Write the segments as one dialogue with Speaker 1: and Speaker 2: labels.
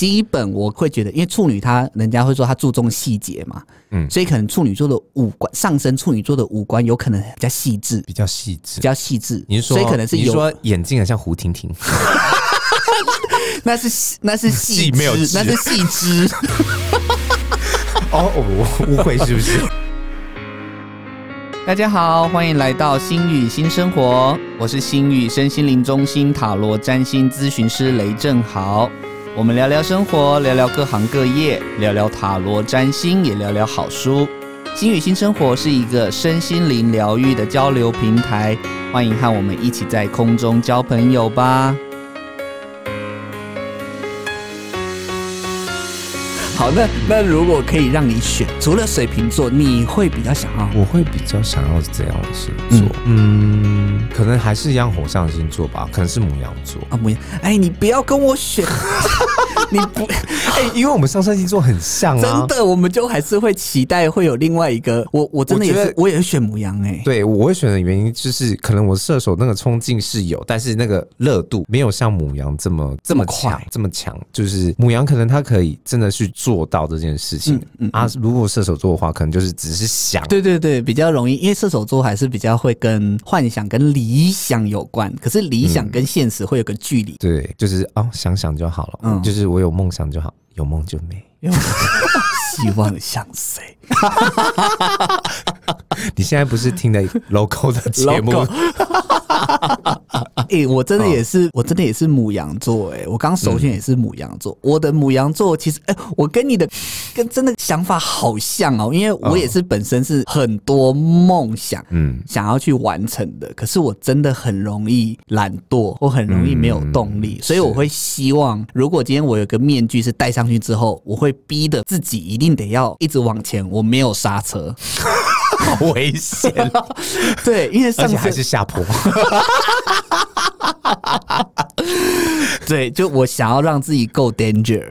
Speaker 1: 基本我会觉得，因为处女她人家会说她注重细节嘛，嗯，所以可能处女座的五官上升，处女座的五官有可能比较细致，
Speaker 2: 比较细致
Speaker 1: 比。较细致，
Speaker 2: 你是说，
Speaker 1: 所以可能是
Speaker 2: 你
Speaker 1: 有
Speaker 2: 说眼睛很像胡婷婷，
Speaker 1: 那是细那是
Speaker 2: 细
Speaker 1: 细
Speaker 2: 没有
Speaker 1: 枝
Speaker 2: 枝
Speaker 1: 那是细枝，
Speaker 2: 哦，我误会是不是？
Speaker 1: 大家好，欢迎来到星宇新生活，我是星宇身心灵中心塔罗占星咨询师雷正豪。我们聊聊生活，聊聊各行各业，聊聊塔罗占星，也聊聊好书。星宇新生活是一个身心灵疗愈的交流平台，欢迎和我们一起在空中交朋友吧。好，那那如果可以让你选，除了水瓶座，你会比较想要
Speaker 2: 我会比较想要这样的星座，嗯，可能还是一样火象星座吧，可能是母羊座，
Speaker 1: 啊，母羊，哎，你不要跟我 选，你不
Speaker 2: 哎、因为我们上升星座很像啊
Speaker 1: 真。的，我们就还是会期待会有另外一个。我我真的也
Speaker 2: 我觉
Speaker 1: 是
Speaker 2: 得，
Speaker 1: 我也是选母羊哎、
Speaker 2: 对，我会选的原因就是，可能我射手那个冲劲是有，但是那个热度没有像母羊这么这么
Speaker 1: 快
Speaker 2: 强，这么强。就是母羊可能他可以真的去做到这件事情、啊，如果射手座的话，可能就是只是想。
Speaker 1: 对对对，比较容易，因为射手座还是比较会跟幻想、跟理想有关，可是理想跟现实会有个距离。
Speaker 2: 对，就是哦，想想就好了，
Speaker 1: 嗯
Speaker 2: 就是我有梦想就好，有梦就美。
Speaker 1: 因为我希望像谁
Speaker 2: 你现在不是 听的 local 的节目
Speaker 1: Local 哎、我真的
Speaker 2: 嗯
Speaker 1: 也是，我真的也是母羊座哎、我刚首选也是母羊座，
Speaker 2: 嗯
Speaker 1: 我的母羊座其实哎、我跟你的跟真的想法好像哦，因为我也是本身是很多梦想，
Speaker 2: 嗯，
Speaker 1: 想要去完成的，可是我真的很容易懒惰，我很容易没有动
Speaker 2: 嗯
Speaker 1: 力，所以我会希望，如果今天我有个面具是戴上去之后，我会逼的自己一定得要一直往前，我没有刹车。
Speaker 2: 好危 险，
Speaker 1: 对，因为上
Speaker 2: 而且还
Speaker 1: 次
Speaker 2: 是下坡。
Speaker 1: 对，就我想要让自己够 danger。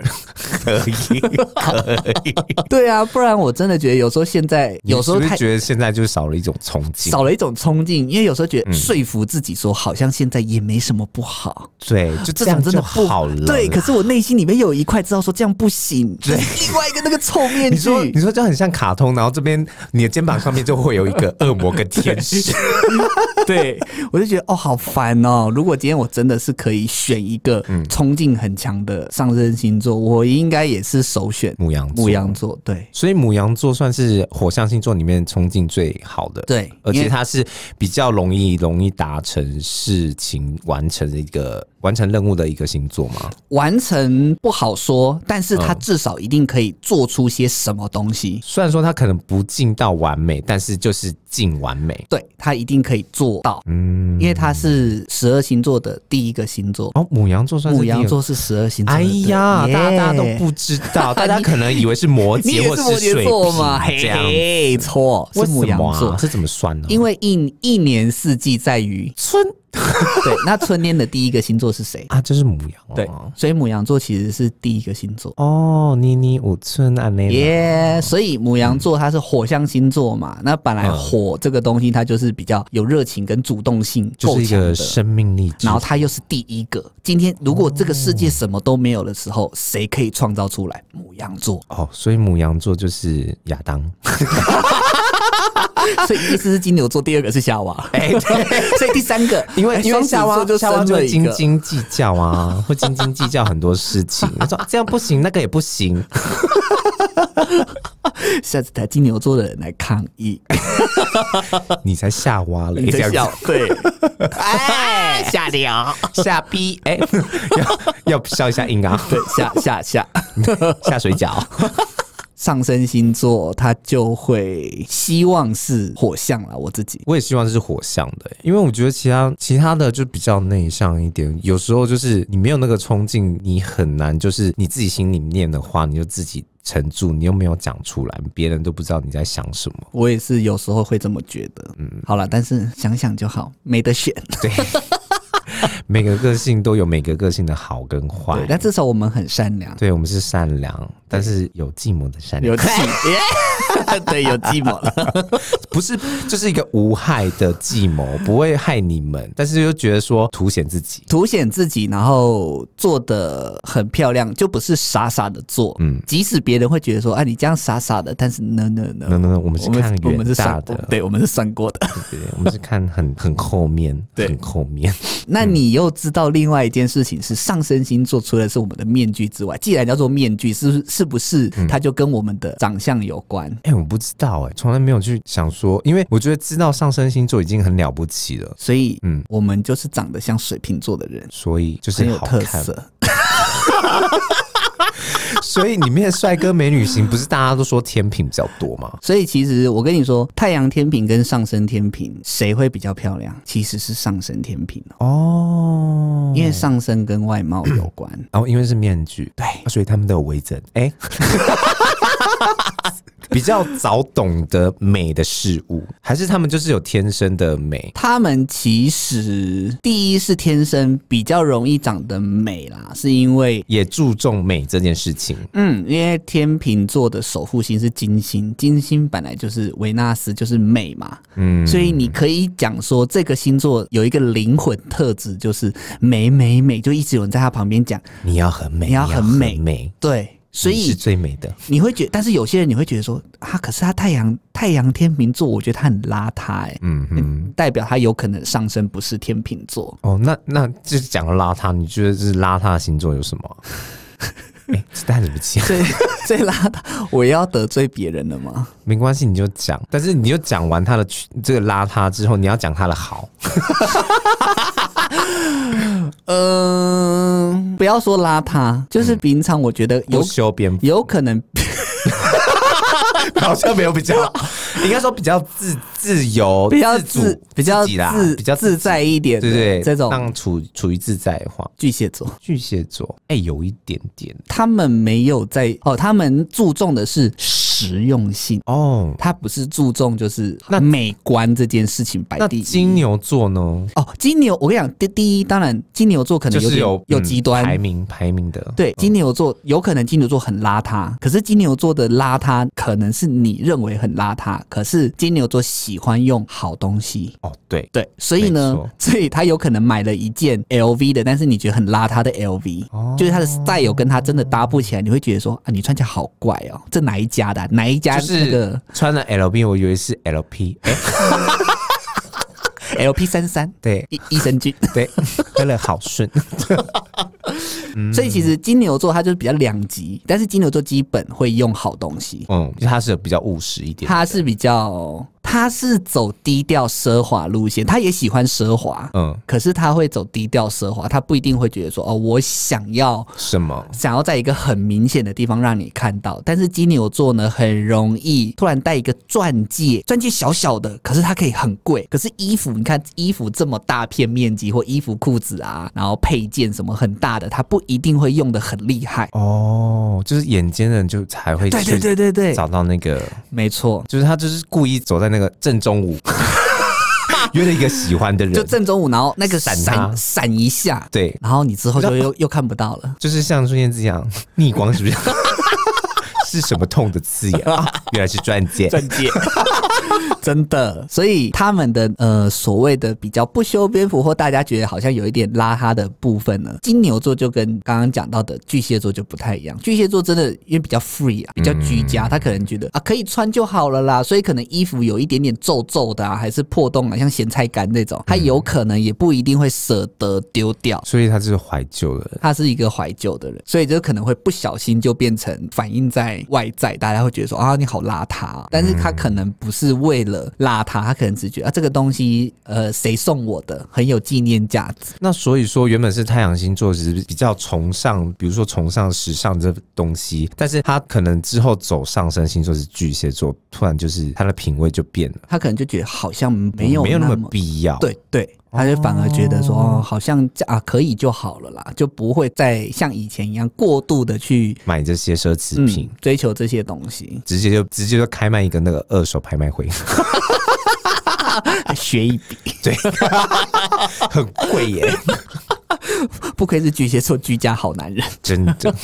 Speaker 2: 可以，可以。
Speaker 1: 对啊，不然我真的觉得有时候现在有时候
Speaker 2: 你是不
Speaker 1: 太
Speaker 2: 是觉得现在就是少了一种冲劲，
Speaker 1: 少了一种冲劲，因为有时候
Speaker 2: 嗯
Speaker 1: 觉得说服自己说好像现在也没什么不好。
Speaker 2: 对，就这
Speaker 1: 这
Speaker 2: 样
Speaker 1: 种真的
Speaker 2: 就
Speaker 1: 不
Speaker 2: 好了。
Speaker 1: 对，可是我内心里面有一块知道说这样不行，对，另外一个那个臭面
Speaker 2: 你说，
Speaker 1: 具
Speaker 2: 你。说就很像卡通，然后这边你的肩膀上面就会有一个恶魔跟 天使，
Speaker 1: 对， 我就觉得哦，好烦哦。如果今天我真的是可以选一个
Speaker 2: 嗯
Speaker 1: 冲劲很强的上升星座，我应该也是首选
Speaker 2: 母羊座
Speaker 1: 母羊座。对
Speaker 2: 所以母羊座算是火象星座里面冲劲最好的，
Speaker 1: 对
Speaker 2: 而
Speaker 1: 因
Speaker 2: 且
Speaker 1: 为
Speaker 2: 它是比较容易容易达成事情完成的一个完成任务的一个星座嘛。
Speaker 1: 完成不好说，但是
Speaker 2: 嗯
Speaker 1: 他至少一定可以做出些什么东西。
Speaker 2: 虽然说它可能不尽到完美，但是就是近完美。
Speaker 1: 对他一定可以做到，
Speaker 2: 嗯，
Speaker 1: 因为他是十二星座的第一个星座。
Speaker 2: 哦，母羊座算是
Speaker 1: 母
Speaker 2: 第
Speaker 1: 羊
Speaker 2: 二
Speaker 1: 座是十二星座的
Speaker 2: 哎
Speaker 1: 对。
Speaker 2: 呀，
Speaker 1: 耶
Speaker 2: 大家大家都不知 道，大家可能以为是摩
Speaker 1: 你
Speaker 2: 羯
Speaker 1: 也
Speaker 2: 或
Speaker 1: 是摩
Speaker 2: 水
Speaker 1: 羯座嘛？
Speaker 2: 瓶
Speaker 1: 嘿
Speaker 2: 这样。
Speaker 1: 嘿，错，是
Speaker 2: 为
Speaker 1: 母
Speaker 2: 什
Speaker 1: 羊
Speaker 2: 么啊
Speaker 1: 座。
Speaker 2: 是怎么算呢？
Speaker 1: 因为一一年四季在 于
Speaker 2: 春
Speaker 1: 对，那春天的第一个星座是谁？
Speaker 2: 啊，这是母羊哦。
Speaker 1: 对，所以母羊座其实是第一个星座。
Speaker 2: 哦，妮妮五寸啊，那
Speaker 1: 耶所以母羊座它是火象星座嘛，那本
Speaker 2: 嗯
Speaker 1: 来火这个东西它就是比较有热情跟主动性
Speaker 2: 就是
Speaker 1: 够
Speaker 2: 一
Speaker 1: 强
Speaker 2: 个
Speaker 1: 的，
Speaker 2: 生命力之
Speaker 1: 然后它又是第一个。今天如果这个世界什么都没有的时候，谁可以创造出来？母羊座。
Speaker 2: 哦，所以母羊座就是亚当，
Speaker 1: 所以意思是金牛座第二个是夏娃，哎，所以第三 个哎
Speaker 2: 因为因
Speaker 1: 双
Speaker 2: 为
Speaker 1: 子
Speaker 2: 夏
Speaker 1: 座
Speaker 2: 娃
Speaker 1: 就
Speaker 2: 夏
Speaker 1: 生
Speaker 2: 娃就
Speaker 1: 了
Speaker 2: 会
Speaker 1: 一
Speaker 2: 斤
Speaker 1: 个。
Speaker 2: 斤计较啊， 会斤斤计较很多事 情。他说这样不行，那个也不行，
Speaker 1: 下次带金牛座的人来抗议，
Speaker 2: 你才夏娃嘞，
Speaker 1: 你在
Speaker 2: 这样
Speaker 1: 笑
Speaker 2: 子，
Speaker 1: 对， 哎，下流，
Speaker 2: 下逼哎， 要要消一下音啊，
Speaker 1: 对，下下下，
Speaker 2: 下水饺。
Speaker 1: 上升星座他就会希望是火象啦，我自己
Speaker 2: 我也希望是火象的欸、因为我觉得其他其他的就比较内向一点，有时候就是你没有那个冲劲，你很难就是你自己心里念的话，你就自己沉住，你又没有讲出来，别人都不知道你在想什么。
Speaker 1: 我也是有时候会这么觉得，嗯，好了，但是想想就好，没得选，
Speaker 2: 对，每个个性都有每个个性的好跟坏
Speaker 1: 对，。但至少我们很善良，
Speaker 2: 对，我们是善良，但是有寂寞的善良
Speaker 1: 有，寂 耶对，有寂寞了。
Speaker 2: 不是就是一个无害的计谋，不会害你们，但是又觉得说凸显自己。
Speaker 1: 凸显自己，然后做的很漂亮，就不是傻傻的做。
Speaker 2: 嗯
Speaker 1: 即使别人会觉得说，哎、你这样傻傻的，但是 no no no，,
Speaker 2: 那那嗯那，我们是
Speaker 1: 我
Speaker 2: 看
Speaker 1: 们我们
Speaker 2: 远
Speaker 1: 是
Speaker 2: 大
Speaker 1: 算
Speaker 2: 的，
Speaker 1: 对，我们是算过的。
Speaker 2: 对，我们是看很很后面，
Speaker 1: 对
Speaker 2: 很后面。
Speaker 1: 那
Speaker 2: 嗯
Speaker 1: 你又知道另外一件事情是，上升星座除了是我们的面具之外，既然叫做面具，是不是是不是
Speaker 2: 嗯
Speaker 1: 它就跟我们的长相有关？
Speaker 2: 哎、我不知道哎、从来没有去想说，因为我觉得知道上升星座已经很了不起了，
Speaker 1: 所以，
Speaker 2: 嗯
Speaker 1: 我们就是长得像水瓶座的人，
Speaker 2: 所以就
Speaker 1: 很
Speaker 2: 是
Speaker 1: 有
Speaker 2: 好
Speaker 1: 特
Speaker 2: 看。
Speaker 1: 色。
Speaker 2: 所以里面的帅哥美女型，不是大家都说天平比较多吗？
Speaker 1: 所以其实我跟你说，太阳天平跟上升天平谁会比较漂亮？其实是上升天平哦，
Speaker 2: 哦，
Speaker 1: 因为上升跟外貌有关。
Speaker 2: 然后因为是面具，对，所以他们都有微整，哎、 比较早懂得美的事物，还是他们就是有天生的美？
Speaker 1: 他们其实第一是天生比较容易长得美啦，是因为
Speaker 2: 也注重美这件事情，
Speaker 1: 嗯，因为天秤座的守护星是金星，金星本来就是维纳斯，就是美嘛，
Speaker 2: 嗯，
Speaker 1: 所以你可以讲说这个星座有一个灵魂特质，就是美美美，就一直有人在他旁边讲，
Speaker 2: 你要很美，
Speaker 1: 你要很美
Speaker 2: 美，
Speaker 1: 对，所
Speaker 2: 嗯你是
Speaker 1: 以
Speaker 2: 最美的。
Speaker 1: 你会觉但是有些人你会觉得说啊，可是他太阳太阳天秤座，我觉得他很邋遢、欸，
Speaker 2: 嗯哼，
Speaker 1: 代表他有可能上升不是天秤座，
Speaker 2: 哦，那那就是讲到邋遢，你觉得是邋遢的星座有什么？ 哎、这但你不讲
Speaker 1: 最最邋遢，我要得罪别人了吗？
Speaker 2: 没关系，你就讲。但是你就讲完他的缺这个邋遢之后，你要讲他的好。
Speaker 1: 嗯，不要说邋遢，就是平常我觉得有
Speaker 2: 不修边幅，
Speaker 1: 有可能，
Speaker 2: 好像没有比较，应该说比较自自由、
Speaker 1: 比较
Speaker 2: 自
Speaker 1: 自
Speaker 2: 主
Speaker 1: 比较
Speaker 2: 自己啦
Speaker 1: 自
Speaker 2: 比较
Speaker 1: 自
Speaker 2: 己
Speaker 1: 在一点的，
Speaker 2: 对对对
Speaker 1: 这种
Speaker 2: 让处处于自在的话，
Speaker 1: 巨蟹座，
Speaker 2: 巨蟹座哎、有一点点
Speaker 1: 他们没有在哦，他们注重的是实用性，
Speaker 2: 哦。
Speaker 1: 他不是注重就是
Speaker 2: 那
Speaker 1: 美观这件事情摆
Speaker 2: 那
Speaker 1: 第一。
Speaker 2: 金牛座呢？
Speaker 1: 哦，金牛，我跟你讲，第第一，当然金牛座可能
Speaker 2: 就
Speaker 1: 有
Speaker 2: 是
Speaker 1: 点
Speaker 2: 有
Speaker 1: 有
Speaker 2: 嗯
Speaker 1: 极端，
Speaker 2: 排名嗯排名的，
Speaker 1: 对，金牛座有可能金牛座很邋遢，可是金牛座的邋遢可能是你认为很邋遢，可是金牛座喜欢用好东西。
Speaker 2: 哦对
Speaker 1: 对，所以
Speaker 2: 没
Speaker 1: 呢
Speaker 2: 错，
Speaker 1: 所以他有可能买了一件 LV 的，但是你觉得很邋遢的 LV，、
Speaker 2: 哦
Speaker 1: 就是他的 style 跟他真的搭不起来，你会觉得说啊，你穿起来好怪哦，这哪一家的啊、哪一家
Speaker 2: 就
Speaker 1: 那
Speaker 2: 是
Speaker 1: 个
Speaker 2: 穿了 LP，我以为是 LP，哎、
Speaker 1: LP 三 三
Speaker 2: 对
Speaker 1: 益益生菌？
Speaker 2: 对，喝了好 顺，
Speaker 1: 所以其实金牛座它就是比较两极，但是金牛座基本会用好东西，
Speaker 2: 嗯，他是比较务实一点，
Speaker 1: 他是比较，他是走低调奢华路线，他也喜欢奢华，
Speaker 2: 嗯，
Speaker 1: 可是他会走低调奢华，他不一定会觉得说哦，我想要
Speaker 2: 什么？
Speaker 1: 想要在一个很明显的地方让你看到。但是金牛座呢，很容易突然戴一个钻戒，钻戒小小的，可是它可以很贵。可是衣服，你看衣服这么大片面积，或衣服、裤子啊，然后配件什么很大的，他不一定会用的很厉害。
Speaker 2: 哦，就是眼尖的人就才会
Speaker 1: 对对
Speaker 2: 去
Speaker 1: 对对对，
Speaker 2: 找到那个，
Speaker 1: 没错。
Speaker 2: 就是他就是故意走在那个正 中午，约了一个喜欢的人，
Speaker 1: 就正中午，然后那个
Speaker 2: 闪
Speaker 1: 闪
Speaker 2: 他
Speaker 1: 闪一下，
Speaker 2: 对，
Speaker 1: 然后你之后就又又看不到了。
Speaker 2: 就是像孙燕姿一样逆光，是不是？ 是什么痛的刺 眼啊？原来是钻戒。
Speaker 1: 戒， 真的。所以他们的呃所谓的比较不修边幅，或大家觉得好像有一点邋遢的部分呢，金牛座就跟刚刚讲到的巨蟹座就不太一样。巨蟹座真的因为比较 free
Speaker 2: 嗯
Speaker 1: 啊，比较居家，他可能觉得啊可以穿就好了啦，所以可能衣服有一点点皱皱的啊，还是破洞啊，像咸菜干那种，他有可能也不一定会舍得丢掉。
Speaker 2: 所以他就是怀旧的人，
Speaker 1: 他是一个怀旧的人，所以就可能会不小心就变成反映在外在，大家会觉得说啊你好邋遢啊、但是他可能不是为了邋遢，他可能只觉得啊这个东西呃谁送我的很有纪念价值，
Speaker 2: 那所以说原本是太阳星座，只是比较崇尚，比如说崇尚时尚这东西，但是他可能之后走上升星座是巨蟹座，突然就是他的品味就变了，
Speaker 1: 他可能就觉得好像哦没有
Speaker 2: 没有
Speaker 1: 那
Speaker 2: 那
Speaker 1: 么
Speaker 2: 么。必要。，
Speaker 1: 对对，他就反而觉得说，哦、好像这啊可以就好了啦，就不会再像以前一样过度的去
Speaker 2: 买这些奢侈品。
Speaker 1: 嗯追求这些东西，
Speaker 2: 直接就直接就开卖一个那个二手拍卖会，
Speaker 1: 学一笔。
Speaker 2: 很贵耶。
Speaker 1: 不愧是巨蟹座居家好男人。
Speaker 2: 真的，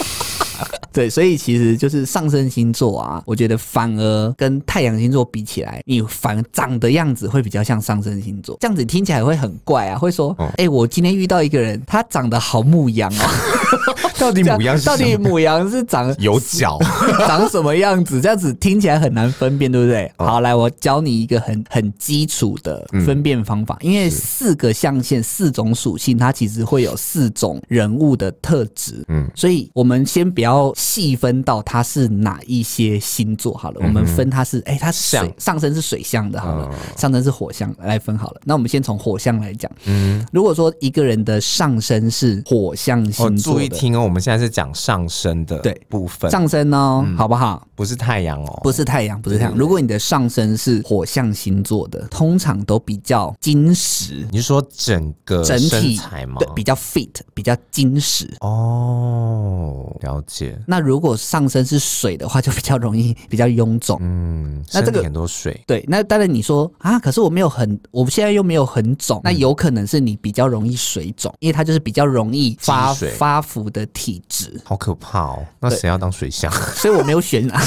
Speaker 1: 对，所以其实就是上升星座啊，我觉得反而跟太阳星座比起来，你反而长的样子会比较像上升星座，这样子听起来会很怪啊，会说，哎、
Speaker 2: 哦
Speaker 1: 我今天遇到一个人，他长得好牧羊哦，
Speaker 2: 到底
Speaker 1: 这
Speaker 2: 母羊
Speaker 1: 样
Speaker 2: 是什
Speaker 1: 到
Speaker 2: 么
Speaker 1: 底母羊是长
Speaker 2: 有 脚？哦
Speaker 1: 长什么样子，这样子听起来很难分辨，对不对？
Speaker 2: 哦
Speaker 1: 好，来，我教你一个很很基础的分辨方
Speaker 2: 嗯
Speaker 1: 法，因为四个象限、四种属性，它其实会有四种人物的特质。
Speaker 2: 嗯
Speaker 1: 所以我们先不要细分到它是哪一些星座好了，我们分它是，哎、它是水
Speaker 2: 象
Speaker 1: 上升是水象的好了，
Speaker 2: 嗯哦
Speaker 1: 上升是火象来分好了。那我们先从火象来讲，
Speaker 2: 嗯，
Speaker 1: 如果说一个人的上升是火象
Speaker 2: 哦，
Speaker 1: 星座
Speaker 2: 注
Speaker 1: 的，
Speaker 2: 意听哦，我们现在是讲上升的
Speaker 1: 对
Speaker 2: 部分，
Speaker 1: 上升哦，
Speaker 2: 嗯
Speaker 1: 好不好？
Speaker 2: 不是太阳哦，
Speaker 1: 不是太阳，不是太阳。如果你的上升是火象星座的，通常都比较矜持，
Speaker 2: 你是说整个
Speaker 1: 整
Speaker 2: 身
Speaker 1: 体
Speaker 2: 材吗
Speaker 1: 对？比较 fit，比较矜持。
Speaker 2: 哦，了解。
Speaker 1: 那如果上升是水的话，就比较容易 比较臃肿。
Speaker 2: 嗯，
Speaker 1: 那这
Speaker 2: 身体
Speaker 1: 个
Speaker 2: 很多水，
Speaker 1: 对，那当然你说啊，可是我没有很，我现在又没有
Speaker 2: 嗯
Speaker 1: 很肿，那有可能是你比较容易水肿，因为它就是比较容易发
Speaker 2: 积水
Speaker 1: 发福的体质，
Speaker 2: 好可怕哦。那谁要当水象？
Speaker 1: 所以我没有选啊。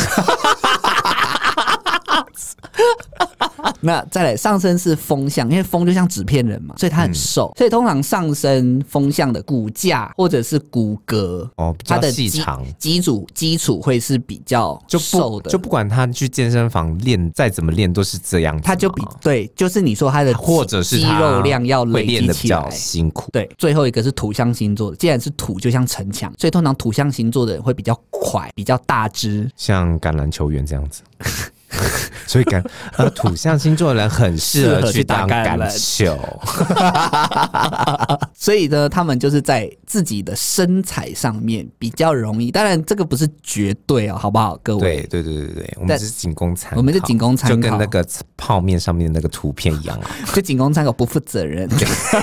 Speaker 1: 那再来上升是风象，因为风就像纸片人嘛，所以它很瘦，
Speaker 2: 嗯
Speaker 1: 所以通常上升风象的骨架或者是骨骼，
Speaker 2: 哦，比
Speaker 1: 它
Speaker 2: 较
Speaker 1: 的
Speaker 2: 细
Speaker 1: 基
Speaker 2: 长，
Speaker 1: 基础基础会是比较
Speaker 2: 就
Speaker 1: 瘦
Speaker 2: 不
Speaker 1: 的，
Speaker 2: 就不管他去健身房练再怎么练都是这样子嘛，
Speaker 1: 它就比对，就是你说它的
Speaker 2: 哦或者是
Speaker 1: 肌
Speaker 2: 他
Speaker 1: 肉量要
Speaker 2: 会
Speaker 1: 累
Speaker 2: 练
Speaker 1: 积
Speaker 2: 的比
Speaker 1: 起来
Speaker 2: 较。辛苦。
Speaker 1: 对，最后一个是土象星座的，既然是土，就像城墙，所以通常土象星座的人会比较快，比较大只，
Speaker 2: 像橄榄球员这样子。 所以橄呃土象星座的人很适
Speaker 1: 适
Speaker 2: 合
Speaker 1: 合
Speaker 2: 去
Speaker 1: 去打
Speaker 2: 当
Speaker 1: 橄
Speaker 2: 橄
Speaker 1: 榄
Speaker 2: 榄球，
Speaker 1: 所以呢，他们就是在自己的身材上面比较容易。当然，这个不是绝对哦，好不好，各位？
Speaker 2: 对对对对对，我们
Speaker 1: 但
Speaker 2: 只是仅供参考，
Speaker 1: 我们是仅供参考
Speaker 2: 就跟那个泡面上面那个图片一样啊。
Speaker 1: 就仅供参考，不负责任。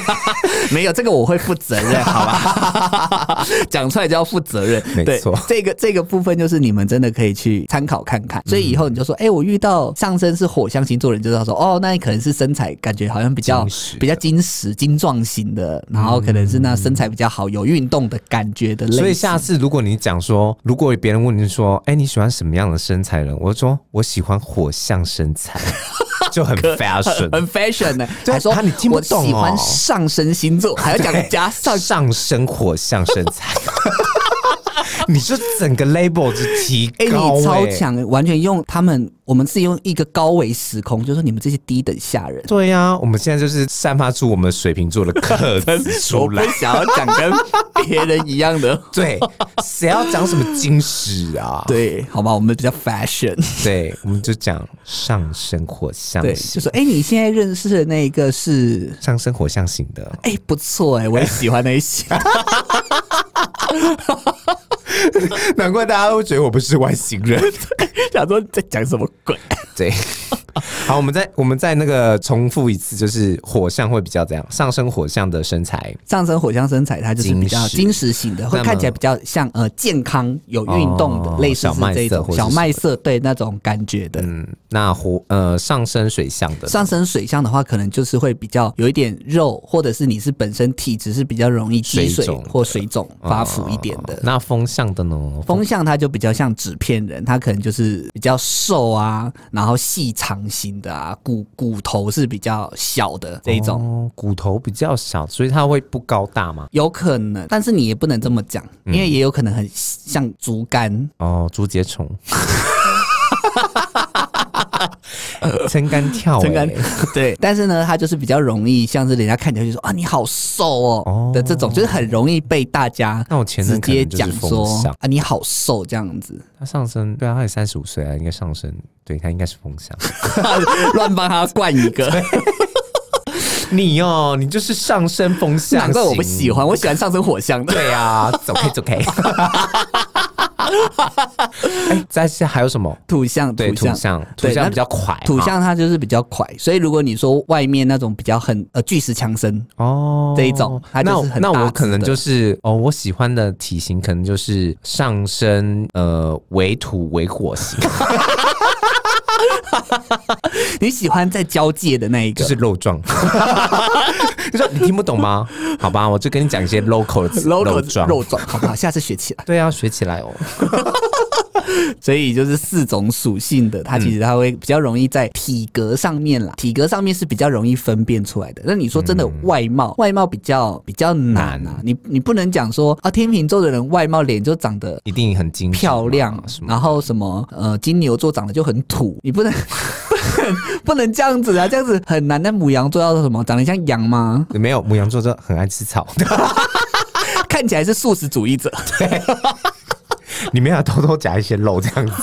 Speaker 1: 没有这个我会负责任，好 吧？讲出来就要负责任，
Speaker 2: 没
Speaker 1: 对
Speaker 2: 错
Speaker 1: 这个这个部分就是你们真的可以去参考看看。所以以后你就说，哎、我遇到上身是火象星座的人，就知道说，哦，那你可能是身材感觉好 像比较
Speaker 2: 矜持的
Speaker 1: 比较矜持、精壮型的，然后可能是那身材比较好、有运动的感觉的类型。
Speaker 2: 所以下次如果你讲说，如果别人问你说，哎、你喜欢什么样的身材人？我就说我喜欢火象身材， 就很 fashion。
Speaker 1: 很 fashion 呢、
Speaker 2: 对
Speaker 1: 还说
Speaker 2: 他你听不懂哦
Speaker 1: 我喜欢上升星座，还要讲加上
Speaker 2: 上上升火象身材， 你就整个 label 就提
Speaker 1: 哎、
Speaker 2: 高、
Speaker 1: 你超
Speaker 2: 哎
Speaker 1: 强，完全用他们，我们是用一个高维时空，就是说你们这些低等下人。
Speaker 2: 对呀、我们现在就是散发出我们水瓶座的特质出 来。
Speaker 1: 想要讲跟别人一样 的，
Speaker 2: 对，谁要讲什么矜持啊？
Speaker 1: 对，好吧，我们比较 fashion，
Speaker 2: 对，我们就讲上升火象
Speaker 1: 对，
Speaker 2: 型
Speaker 1: 就说哎、你现在认识的那一个是，
Speaker 2: 上升火象型的，
Speaker 1: 哎、不错哎、我也喜欢那一些，
Speaker 2: 难怪大家都觉得我不是外星人。
Speaker 1: 想说你在讲什么鬼？
Speaker 2: 对，好，我们再我们再那个重复一次，就是火象会比较这样，上升火象的身材，
Speaker 1: 上升火象身材，它就是比较
Speaker 2: 精
Speaker 1: 精实型的，会
Speaker 2: 那么
Speaker 1: 看起来比较像呃健康、有运动的，
Speaker 2: 哦
Speaker 1: 类似
Speaker 2: 小
Speaker 1: 是
Speaker 2: 麦
Speaker 1: 这
Speaker 2: 色
Speaker 1: 种
Speaker 2: 或是
Speaker 1: 小
Speaker 2: 什
Speaker 1: 麦
Speaker 2: 么
Speaker 1: 色对那种感觉的。
Speaker 2: 嗯，那火呃上升水象的，
Speaker 1: 上升水象的话，可能就是会比较有一点肉，或者是你是本身体质是比较容易积水
Speaker 2: 水肿的
Speaker 1: 或水肿发福一点的。
Speaker 2: 嗯那风象的呢？
Speaker 1: 风象它就比较像纸片人，它可能就是比较瘦啊，然后细长型的啊，骨骨头是比较小的这一种。
Speaker 2: 哦骨头比较小，所以它会不高大嘛？
Speaker 1: 有可能，但是你也不能这么讲，
Speaker 2: 嗯
Speaker 1: 因为也有可能很像竹竿，
Speaker 2: 哦，竹节虫。 撑杆跳、欸，
Speaker 1: 撑杆 对，但是呢，它就是比较容易，像是人家看起来就说啊你好瘦哦
Speaker 2: 哦
Speaker 1: 的这种，就是很容易被大家
Speaker 2: 那我前
Speaker 1: 直
Speaker 2: 任可能
Speaker 1: 接
Speaker 2: 就是
Speaker 1: 讲
Speaker 2: 风
Speaker 1: 说
Speaker 2: 象，
Speaker 1: 啊你好瘦这样子，
Speaker 2: 他上升，对啊，他也三十五岁啊，应该上升，对他应该是风象。
Speaker 1: 乱帮他灌一个，
Speaker 2: 你哦，你就是上升风 象，
Speaker 1: 难怪我不喜。欢，我喜欢上升火象的。
Speaker 2: 对啊，走 开走开。哎，再是还有什么？
Speaker 1: 土象，
Speaker 2: 对，
Speaker 1: 土
Speaker 2: 土
Speaker 1: 象，
Speaker 2: 象，
Speaker 1: 对
Speaker 2: 土象
Speaker 1: 那
Speaker 2: 比较快，
Speaker 1: 土
Speaker 2: 啊
Speaker 1: 象它就是比较快，所以如果你说外面那种比较很呃巨石强森，
Speaker 2: 哦
Speaker 1: 这一种它
Speaker 2: 那
Speaker 1: 就是很
Speaker 2: 那
Speaker 1: 大
Speaker 2: 我
Speaker 1: 只
Speaker 2: 可能
Speaker 1: 的
Speaker 2: 就是哦，我喜欢的体型可能就是上身呃为土为火型。
Speaker 1: 你喜欢在交界的那一个，
Speaker 2: 就是肉状， 就说你听不懂吗？好吧，我就跟你讲一些 local 的词
Speaker 1: logo
Speaker 2: 肉状，
Speaker 1: 肉状，好不好？下次学起来。
Speaker 2: 对啊，学起来哦。
Speaker 1: 所以就是四种属性的，它其实它会比较容易在体格上面啦，体格上面是比较容易分辨出来的。那你说真的外貌，外貌比较比较嗯难啊，你你不能讲说啊，天秤座的人外貌脸就长得。
Speaker 2: 一定很精致嘛
Speaker 1: 漂亮
Speaker 2: 什，么？
Speaker 1: 然后什么呃，金牛座长得就很土，你不能 不能这样子啊，这样子很难。那母羊座要什么？长得像羊吗？
Speaker 2: 没有，母羊座就很爱吃草，
Speaker 1: 看起来是素食主义者。
Speaker 2: 里面还偷偷夹一些肉这样子。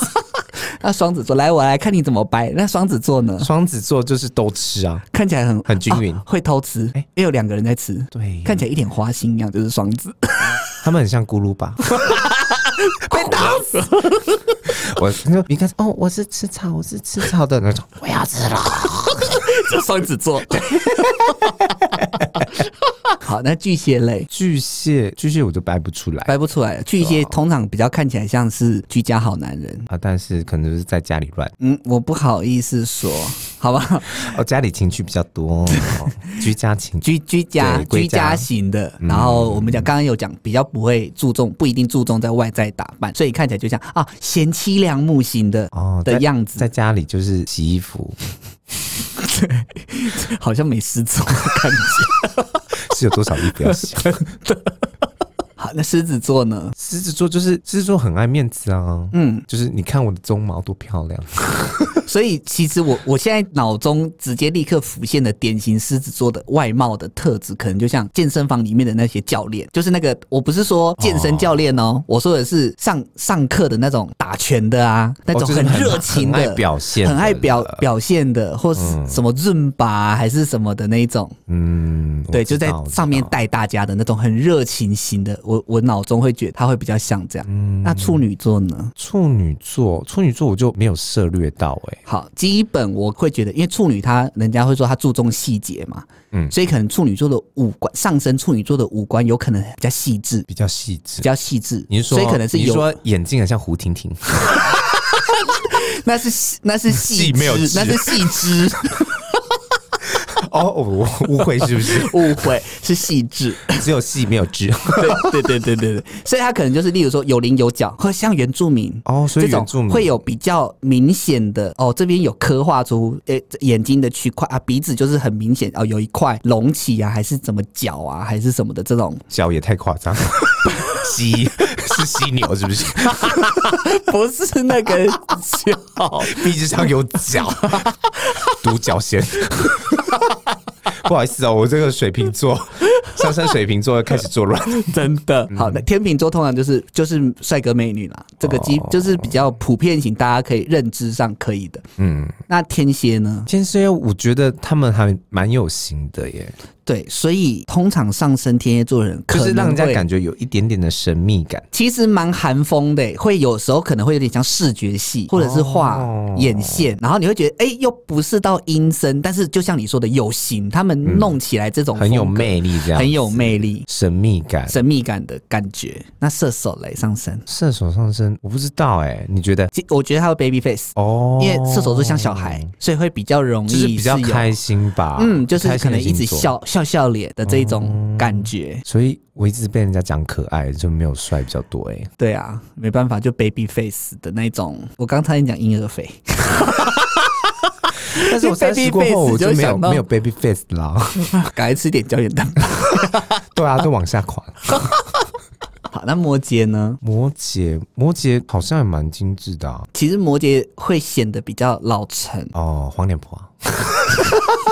Speaker 1: 那双子座，来我来看你怎么掰。那双子座呢？
Speaker 2: 双子座就是都吃啊，
Speaker 1: 看起来很
Speaker 2: 很均匀
Speaker 1: 啊会偷吃，
Speaker 2: 哎
Speaker 1: 也有两个人在吃，
Speaker 2: 对
Speaker 1: 看起来一脸花心一样，就是双子。
Speaker 2: 他们很像咕噜吧？
Speaker 1: 被打死，
Speaker 2: 我你一看哦，我是吃草，我是吃草的那种，我要吃了。
Speaker 1: 这双子座。 好，那巨蟹类
Speaker 2: 巨蟹，巨蟹我就掰不出来
Speaker 1: 掰不出来了，巨蟹通常比较看起来像是居家好男人。
Speaker 2: 啊，但是可能就是在家里乱
Speaker 1: 嗯，我不好意思说，好吧，
Speaker 2: 哦，家里情趣比较多，哦居家情
Speaker 1: 居
Speaker 2: 趣。
Speaker 1: 居家
Speaker 2: 对归
Speaker 1: 居家嗯
Speaker 2: 家
Speaker 1: 型的。然后我们讲，刚刚有讲，比较不会注重，不一定注重在外在打扮，所以看起来就像啊贤妻良母型的
Speaker 2: 哦
Speaker 1: 的
Speaker 2: 在
Speaker 1: 样子，
Speaker 2: 在家里就是洗衣服，
Speaker 1: 好像没失踪的感 觉。
Speaker 2: 是有多少衣服要洗？
Speaker 1: 好，那狮子座呢？
Speaker 2: 狮子座就是狮子座很爱面子啊，嗯，就是你看我的鬃毛多漂亮，
Speaker 1: 所以其实我我现在脑中直接立刻浮现的典型狮子座的外貌的特质，可能就像健身房里面的那些教练，就是那个我不是说健身教练哦，我说的是上上课的那种打拳的啊，那种
Speaker 2: 哦就是
Speaker 1: 很热情的、
Speaker 2: 很爱表嗯现，
Speaker 1: 很爱表，表现的，或是什么润吧、还是什么的那一种，
Speaker 2: 嗯，
Speaker 1: 对，
Speaker 2: 我
Speaker 1: 就
Speaker 2: 知道
Speaker 1: 在上面，
Speaker 2: 我知道
Speaker 1: 带大家的那种很热情型的，我我脑中会觉得他会比较像这样。
Speaker 2: 嗯
Speaker 1: 那处女座呢？
Speaker 2: 处女座，处女座我就没有涉略到哎、
Speaker 1: 好，基本我会觉得，因为处女她人家会说她注重细节嘛，嗯，
Speaker 2: 嗯
Speaker 1: 所以可能处女座的五官上升，处女座的五官有可能比较细致，
Speaker 2: 比较细致
Speaker 1: 比。较细致，
Speaker 2: 你是说，
Speaker 1: 所以可能是
Speaker 2: 你
Speaker 1: 有，
Speaker 2: 说眼睛很像胡婷婷，
Speaker 1: 那是细那是细
Speaker 2: 细没有
Speaker 1: 枝
Speaker 2: 枝
Speaker 1: 那是细枝，
Speaker 2: 哦，我误会是不是？
Speaker 1: 误会是细致，
Speaker 2: 只有细没有枝
Speaker 1: 对对对对对对，所以他可能就是例如说有棱有角，或像原住民。
Speaker 2: 哦，所
Speaker 1: 这
Speaker 2: 以
Speaker 1: 种
Speaker 2: 原住民
Speaker 1: 会有比较明显的哦，这边有刻画出呃眼睛的区块啊，鼻子就是很明显哦，有一块隆起啊，还是怎么角啊，还是什么的这种
Speaker 2: 脚也太夸 张，犀是犀牛是不是？
Speaker 1: 不是那个脚，
Speaker 2: 鼻子上有 角，独角仙。 不好意思哦，我这个水瓶 座上升水瓶座开始作乱，
Speaker 1: 真的。 好，那天秤座通常就是就是帅哥美女啦，这个基
Speaker 2: 哦
Speaker 1: 就是比较普遍型，大家可以认知上可以的。
Speaker 2: 嗯。
Speaker 1: 那天蝎呢？
Speaker 2: 天蝎，我觉得他们还蛮有心的耶，
Speaker 1: 对，所以通常上升天蝎座的人，
Speaker 2: 就是让人家
Speaker 1: 觉。
Speaker 2: 感觉有一点点的神秘感。
Speaker 1: 其实蛮韩风的，会有时候可能会有点像视觉系，或者是画
Speaker 2: 哦
Speaker 1: 眼线，然后你会觉得，哎、又不是到阴森，但是就像你说的有型，他们弄起来这种
Speaker 2: 嗯很有
Speaker 1: 风格
Speaker 2: 魅力，啊这样
Speaker 1: 很有魅力、
Speaker 2: 神秘感。
Speaker 1: 神秘感的感觉。那射手嘞，上升，
Speaker 2: 射手上身，我不知道哎、你觉得？
Speaker 1: 其我觉得他有 baby face，、
Speaker 2: 哦，
Speaker 1: 因为射手座像小孩，所以会比较容易
Speaker 2: 就是比较
Speaker 1: 是有
Speaker 2: 开心吧，
Speaker 1: 嗯，就是
Speaker 2: 开
Speaker 1: 可
Speaker 2: 心的
Speaker 1: 能一直
Speaker 2: 星座。哦
Speaker 1: 笑笑笑脸的这一种感觉。
Speaker 2: 所以我一直被人家讲可爱，就没有帅比较多哎、
Speaker 1: 对啊，没办法，就 baby face 的那种。我刚才讲婴儿肥，
Speaker 2: 但是
Speaker 1: baby
Speaker 2: 我三十过后
Speaker 1: face
Speaker 2: 我就没有
Speaker 1: 想到
Speaker 2: 没有 baby face 啦，
Speaker 1: 赶快吃点胶原蛋白。
Speaker 2: 对啊，都往下垮。
Speaker 1: 好，那摩羯呢？
Speaker 2: 摩羯，摩羯好像也蛮精致的、啊、。
Speaker 1: 其实摩羯会显得比较老成
Speaker 2: 哦，黄脸婆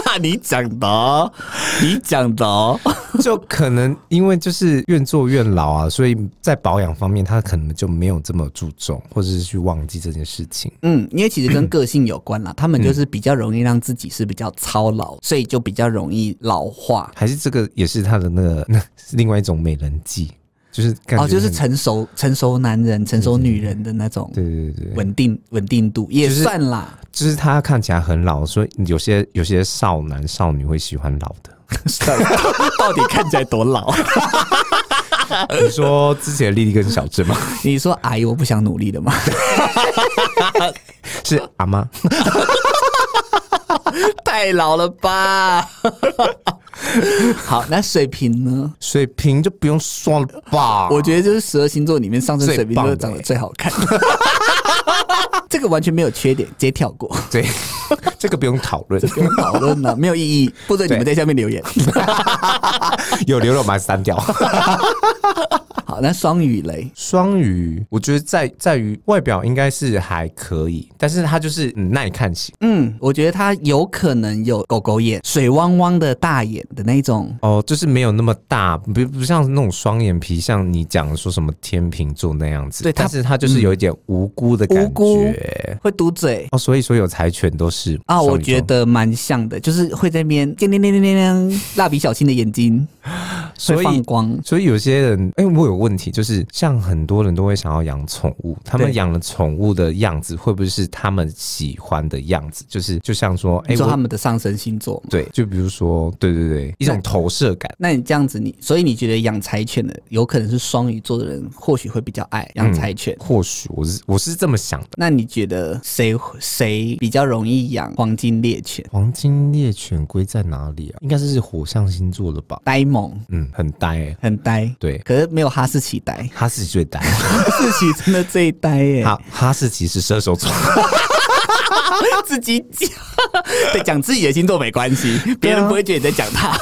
Speaker 2: 啊、
Speaker 1: 你讲的、哦，你讲的、哦，
Speaker 2: 就可能因为就是越做越老啊，所以在保养方面，他可能就没有这么注重，或者是去忘记这件事情。
Speaker 1: 嗯，因为其实跟个性有关啦。他们
Speaker 2: 嗯
Speaker 1: 就是比较容易让自己是比较操劳，所以就比较容易老化。
Speaker 2: 还是这个也是他的那个那是另外一种美人计，就是感觉
Speaker 1: 哦，就是
Speaker 2: 很
Speaker 1: 成熟成熟男人、成熟女人的那种
Speaker 2: 对对对对，
Speaker 1: 稳定稳定度也
Speaker 2: 就是
Speaker 1: 算啦。
Speaker 2: 就是他看起来很老，所以有些有些少男少女会喜欢老 的。
Speaker 1: 到底看起来多老？
Speaker 2: 你说之前的丽丽跟小智吗？
Speaker 1: 你 说阿姨，我不想努力了吗？
Speaker 2: 是阿妈。
Speaker 1: 太老了 吧？好，那水瓶呢？
Speaker 2: 水瓶就不用说了吧？
Speaker 1: 我觉得就是十二星座里面上升水瓶座长得啊最好看， 这个完全没有缺点，直接跳过，
Speaker 2: 得对， 这个不用讨论，
Speaker 1: 不用讨论 了，没 有意啊义。或者你们在下面留 言。
Speaker 2: 有留了我们还是删掉。
Speaker 1: 好，那双鱼雷，
Speaker 2: 双鱼，我觉得在在于外表应该是还可以，但是他就是嗯耐看型
Speaker 1: 嗯，我觉得他有可能有狗狗眼、水汪汪的大眼的那种。
Speaker 2: 哦，就是没有那么大，不不像那种双眼皮，像你讲的说什么天秤座那样子。
Speaker 1: 对他
Speaker 2: 但是他就是有一点无辜的感
Speaker 1: 无辜
Speaker 2: 觉。
Speaker 1: 会嘟嘴，
Speaker 2: 哦，所以说有柴犬都是
Speaker 1: 啊，我
Speaker 2: 双鱼座
Speaker 1: 觉得蛮像的，就是会在那边叮叮叮叮叮叮，蜡笔小新的眼睛
Speaker 2: 所
Speaker 1: 会
Speaker 2: 以
Speaker 1: 放光。
Speaker 2: 所以有些人，哎、我有问题，就是像很多人都会想要养宠物，他们
Speaker 1: 对
Speaker 2: 养了宠物的样子，会不会是他们喜欢的样子？就是就像说，哎、
Speaker 1: 你说
Speaker 2: 我
Speaker 1: 他们的上升星座吗？
Speaker 2: 对，就比如说，对对对，一种投射感。
Speaker 1: 那你这样子你，所以你觉得养柴犬的有可能是双鱼座的人，或许会比较爱养柴犬。
Speaker 2: 或许我是我是这么想的，
Speaker 1: 那你觉得谁谁比较容易养黄金猎犬、
Speaker 2: 黄金猎犬龟在哪里啊？应该是火象星座的吧？
Speaker 1: 呆萌
Speaker 2: 嗯，很呆、欸，
Speaker 1: 很呆，
Speaker 2: 对，
Speaker 1: 可是没有哈士奇呆，
Speaker 2: 哈士奇最呆。
Speaker 1: 哈士奇真的最呆耶、
Speaker 2: 哈哈士奇是射 手座，
Speaker 1: 自己讲，对，讲自己的星座没关系，别人不会觉得你在讲他。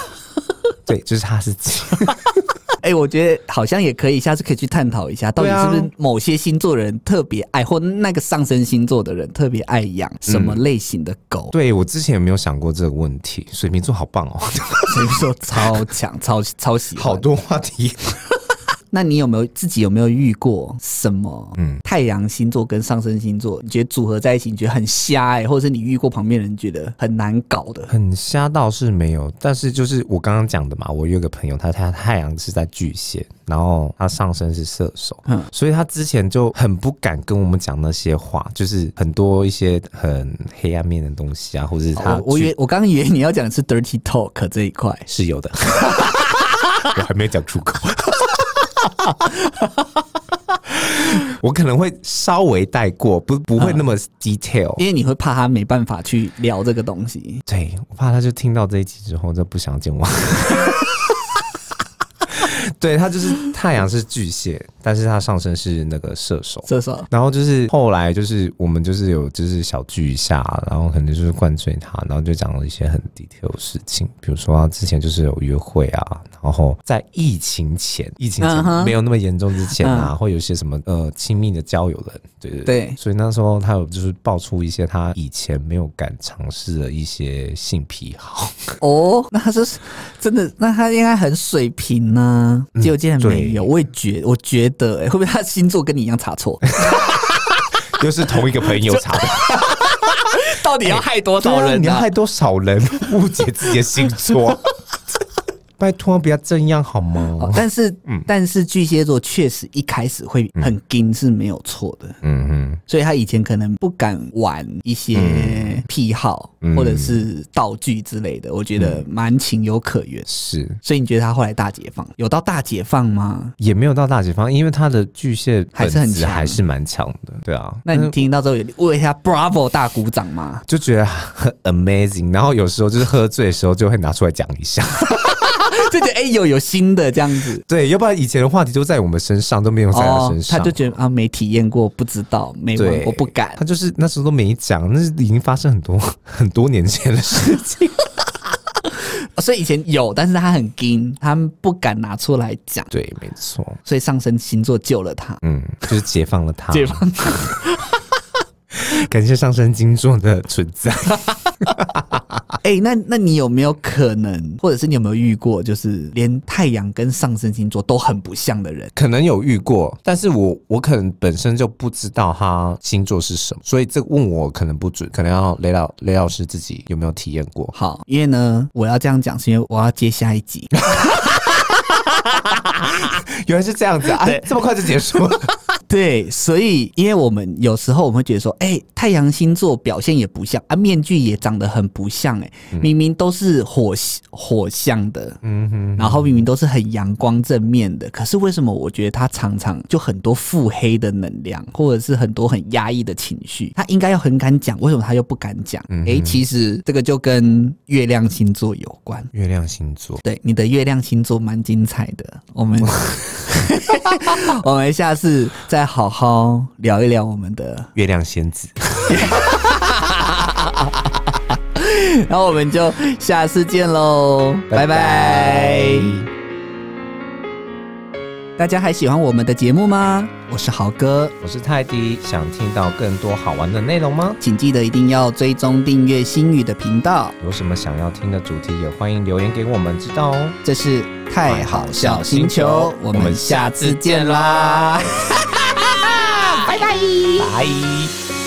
Speaker 2: 对，就是哈士奇。
Speaker 1: 哎、我觉得好像也可以，下次可以去探讨一下，到底
Speaker 2: 对啊
Speaker 1: 是不是某些星座的人特别爱，或那个上升星座的人特别爱养什么类型的 狗？
Speaker 2: 对我之前也没有想过这个问题。水瓶座好棒 哦，
Speaker 1: 所以说超强、超超喜欢。
Speaker 2: 好，多话题。
Speaker 1: 那你有没有自己有没有遇过什么？嗯，太阳星座跟上升星座，你觉得组合在一起，你觉得很瞎哎、或者是你遇过旁边人觉得很难搞的？
Speaker 2: 很瞎倒是没有，但是就是我刚刚讲的嘛，我有个朋友，他他太阳是在巨蟹，然后他上身是射手，
Speaker 1: 嗯
Speaker 2: 所以他之前就很不敢跟我们讲那些话，就是很多一些很黑暗面的东西啊，或者是他
Speaker 1: 哦我我以为我刚刚以为你要讲的是 dirty talk 这一块，
Speaker 2: 是有 的，我还没讲出口。 我可能会稍微带过，不不会那么
Speaker 1: 嗯
Speaker 2: detail，、
Speaker 1: 因为你会怕他没办法去聊这个东西。
Speaker 2: 对我怕他就听到这一集之后就不想见我。 对他就是太阳是巨蟹，但是他上身是那个射手。
Speaker 1: 射手，
Speaker 2: 然后就是后来就是我们就是有就是小聚一下，然后可能就是灌醉他，然后就讲了一些很 detail 的事情，比如说他之前就是有约会啊，然后在疫情前，疫情
Speaker 1: 嗯哼嗯
Speaker 2: 前没有那么严重之前啊，会有一些什么呃亲密的交友的，对对
Speaker 1: 对
Speaker 2: 所以那时候他有就是爆出一些他以前没有敢尝试的一些性癖好，
Speaker 1: 哦，那他是真的，那他应该很水平啊呢、结果竟然没有，
Speaker 2: 对
Speaker 1: 我也觉我觉得、欸，会不会他星座跟你一样查错？
Speaker 2: 又是同一个朋友查的，
Speaker 1: 到底要害多
Speaker 2: 对
Speaker 1: 少
Speaker 2: 啊
Speaker 1: 人
Speaker 2: 你
Speaker 1: 呢、
Speaker 2: 要害多少人误解自己的星座？ 拜托，不要这样好 吗？
Speaker 1: 哦但是，但是巨蟹座确实一开始会很硬是没有错的，
Speaker 2: 嗯哼，
Speaker 1: 所以他以前可能不敢玩一些癖好、
Speaker 2: 嗯
Speaker 1: 或者是道具之类的，我觉得蛮情有可原。
Speaker 2: 是
Speaker 1: 所以你觉得他后来大解放，有到大解放吗？
Speaker 2: 也没有到大解放，因为他的巨蟹
Speaker 1: 还是很
Speaker 2: 本质
Speaker 1: 强
Speaker 2: 还是蛮强的，对啊。
Speaker 1: 那你听到之后有为他 Bravo 大鼓掌吗？
Speaker 2: 就觉得很 amazing，然后有时候就是喝醉的时候就会拿出来讲一下，
Speaker 1: 就觉得哎有有新的这样子。
Speaker 2: 对，要不然以前的话题都在我们身上，都没有在哦他身上，
Speaker 1: 他就觉得啊，没体验过，不知道，没玩
Speaker 2: 对，
Speaker 1: 过，不敢
Speaker 2: 他。就是那时候都没讲，那是已经发生很多 很多年前的事 情。
Speaker 1: 所以以前有，但是他很惊，他们不敢拿出来讲，
Speaker 2: 对，没错，
Speaker 1: 所以上升星座救了他。
Speaker 2: 嗯，就是解放了他，
Speaker 1: 解放，
Speaker 2: 感谢上升星座的存在。啊
Speaker 1: 哎、那那你有没有可能，或者是你有没有遇过，就是连太阳跟上升星座都很不像的人？
Speaker 2: 可能有遇过，但是我我可能本身就不知道他星座是什么，所以这问我可能不准，可能要雷老雷老师自己有没有体验过？
Speaker 1: 好，因为呢，我要这样讲，是因为我要接下一集。
Speaker 2: 原来是这样子啊，这么快就结束了。
Speaker 1: 对，所以因为我们有时候我们会觉得说，哎、太阳星座表现也不像啊，面具也长得很不像、哎、明明都是火火象的，
Speaker 2: 嗯哼，
Speaker 1: 然后明明都是很阳光正面的，可是为什么我觉得他常常就很多腹黑的能量，或者是很多很压抑的情绪？他应该要很敢讲，为什么他又不敢讲？
Speaker 2: 嗯
Speaker 1: 诶，其实这个就跟月亮星座有关。
Speaker 2: 月亮星座，
Speaker 1: 对，你的月亮星座蛮精彩的，我们 我们下次再好好聊一聊我们的，
Speaker 2: 月亮仙子，
Speaker 1: 然后我们就下次见喽，拜
Speaker 2: 拜
Speaker 1: 拜
Speaker 2: 拜。
Speaker 1: 大家还喜欢我们的节目吗？我是豪哥，
Speaker 2: 我是泰迪，想听到更多好玩的内容吗？
Speaker 1: 请记得一定要追踪订阅星宇的频道，
Speaker 2: 有什么想要听的主题，也欢迎留言给我们知道哦。
Speaker 1: 这是太好笑星球，我们下次见啦。
Speaker 2: 拜拜。